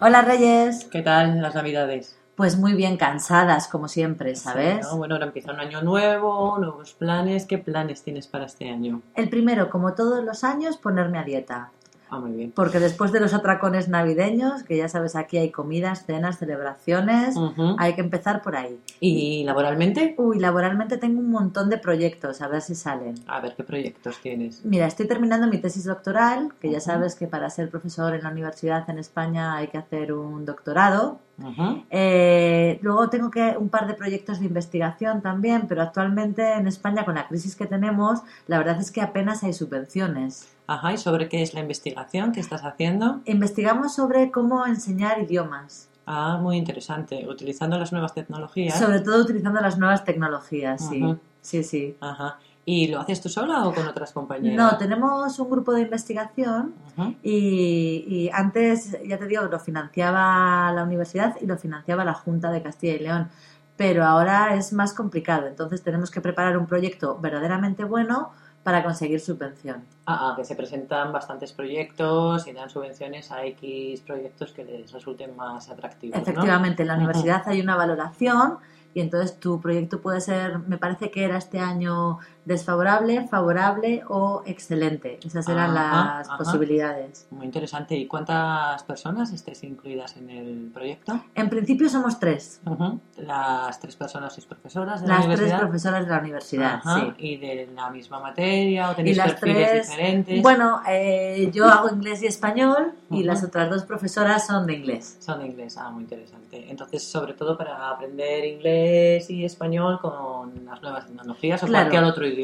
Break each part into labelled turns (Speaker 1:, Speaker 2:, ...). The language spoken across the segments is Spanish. Speaker 1: Hola Reyes.
Speaker 2: ¿Qué tal las navidades?
Speaker 1: Pues muy bien cansadas, como siempre, ¿sabes?
Speaker 2: Sí, ¿no? Bueno, ahora empieza un año nuevo, nuevos planes. ¿Qué planes tienes para este año?
Speaker 1: El primero, como todos los años, ponerme a dieta.
Speaker 2: Ah, muy bien.
Speaker 1: Porque después de los atracones navideños, que ya sabes, aquí hay comidas, cenas, celebraciones,
Speaker 2: Ujú.
Speaker 1: hay que empezar por ahí.
Speaker 2: ¿Y laboralmente?
Speaker 1: Uy, laboralmente tengo un montón de proyectos, a ver si salen.
Speaker 2: A ver, ¿qué proyectos tienes?
Speaker 1: Mira, estoy terminando mi tesis doctoral, que ya
Speaker 2: Ujú.
Speaker 1: sabes que para ser profesor en la universidad en España hay que hacer un doctorado.
Speaker 2: Ujú.
Speaker 1: Eh, luego tengo que un par de proyectos de investigación también, pero actualmente en España con la crisis que tenemos, la verdad es que apenas hay subvenciones.
Speaker 2: Ajá, ¿y sobre qué es la investigación que estás haciendo?
Speaker 1: Investigamos sobre cómo enseñar idiomas,
Speaker 2: Ah, muy interesante. Utilizando las nuevas tecnologías.
Speaker 1: sobre todo utilizando las nuevas tecnologías, sí.
Speaker 2: ¿eh? Ujú.
Speaker 1: Sí, sí.
Speaker 2: Ajá. ¿Y lo haces tú sola o con otras compañeras?
Speaker 1: No, tenemos un grupo de investigación
Speaker 2: Ujú.
Speaker 1: Y, y antes, ya te digo, que lo financiaba la universidad y lo financiaba la Junta de Castilla y León. Pero ahora es más complicado, entonces tenemos que preparar un proyecto verdaderamente bueno para conseguir subvención.
Speaker 2: Ah, ah, que se presentan bastantes proyectos y dan subvenciones a X proyectos que les resulten más atractivos, ¿no?
Speaker 1: Efectivamente, en la
Speaker 2: Ujú.
Speaker 1: universidad hay una valoración y entonces tu proyecto puede ser, me parece que era este año desfavorable, favorable o excelente. Esas eran
Speaker 2: Ajá,
Speaker 1: las
Speaker 2: ajá.
Speaker 1: posibilidades.
Speaker 2: Muy interesante. ¿Y cuántas personas estáis incluidas en el proyecto?
Speaker 1: En principio somos tres,
Speaker 2: Ujú. Las tres personas sois profesoras de la
Speaker 1: las tres
Speaker 2: universidad.
Speaker 1: profesoras de la universidad.
Speaker 2: Ajá.
Speaker 1: sí.
Speaker 2: ¿Y de la misma materia? ¿O
Speaker 1: Y
Speaker 2: tenéis
Speaker 1: las
Speaker 2: perfiles
Speaker 1: tres,
Speaker 2: diferentes?
Speaker 1: bueno, eh, yo hago inglés y español y
Speaker 2: Ujú.
Speaker 1: las otras dos profesoras son de inglés.
Speaker 2: Son de inglés, ah, muy interesante. Entonces, sobre todo para aprender inglés y español con las nuevas tecnologías o
Speaker 1: Claro.
Speaker 2: cualquier otro idioma.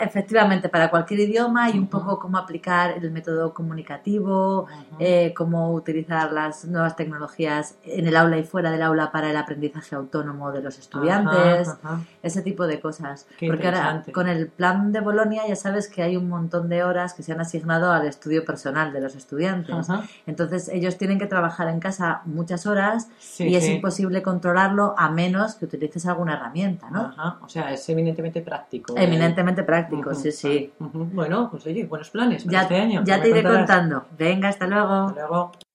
Speaker 1: Efectivamente, para cualquier idioma y un
Speaker 2: Ujú.
Speaker 1: poco cómo aplicar el método comunicativo,
Speaker 2: Ujú.
Speaker 1: eh, cómo utilizar las nuevas tecnologías en el aula y fuera del aula para el aprendizaje autónomo de los estudiantes,
Speaker 2: Ajá, ajá.
Speaker 1: ese tipo de cosas.
Speaker 2: Qué
Speaker 1: Porque ahora
Speaker 2: interesante.
Speaker 1: con el plan de Bolonia ya sabes que hay un montón de horas que se han asignado al estudio personal de los estudiantes.
Speaker 2: Ajá.
Speaker 1: Entonces ellos tienen que trabajar en casa muchas horas
Speaker 2: Sí,
Speaker 1: y es
Speaker 2: sí.
Speaker 1: imposible controlarlo a menos que utilices alguna herramienta, ¿no?
Speaker 2: Ajá. O sea, es eminentemente práctico. ¿eh?
Speaker 1: Eminentemente práctico,
Speaker 2: Ujú,
Speaker 1: sí, sí.
Speaker 2: vale. Ujú. Bueno, pues oye, buenos planes para
Speaker 1: Ya,
Speaker 2: este año.
Speaker 1: ya
Speaker 2: me
Speaker 1: te iré
Speaker 2: contarás.
Speaker 1: contando. Venga, hasta luego.
Speaker 2: Hasta luego.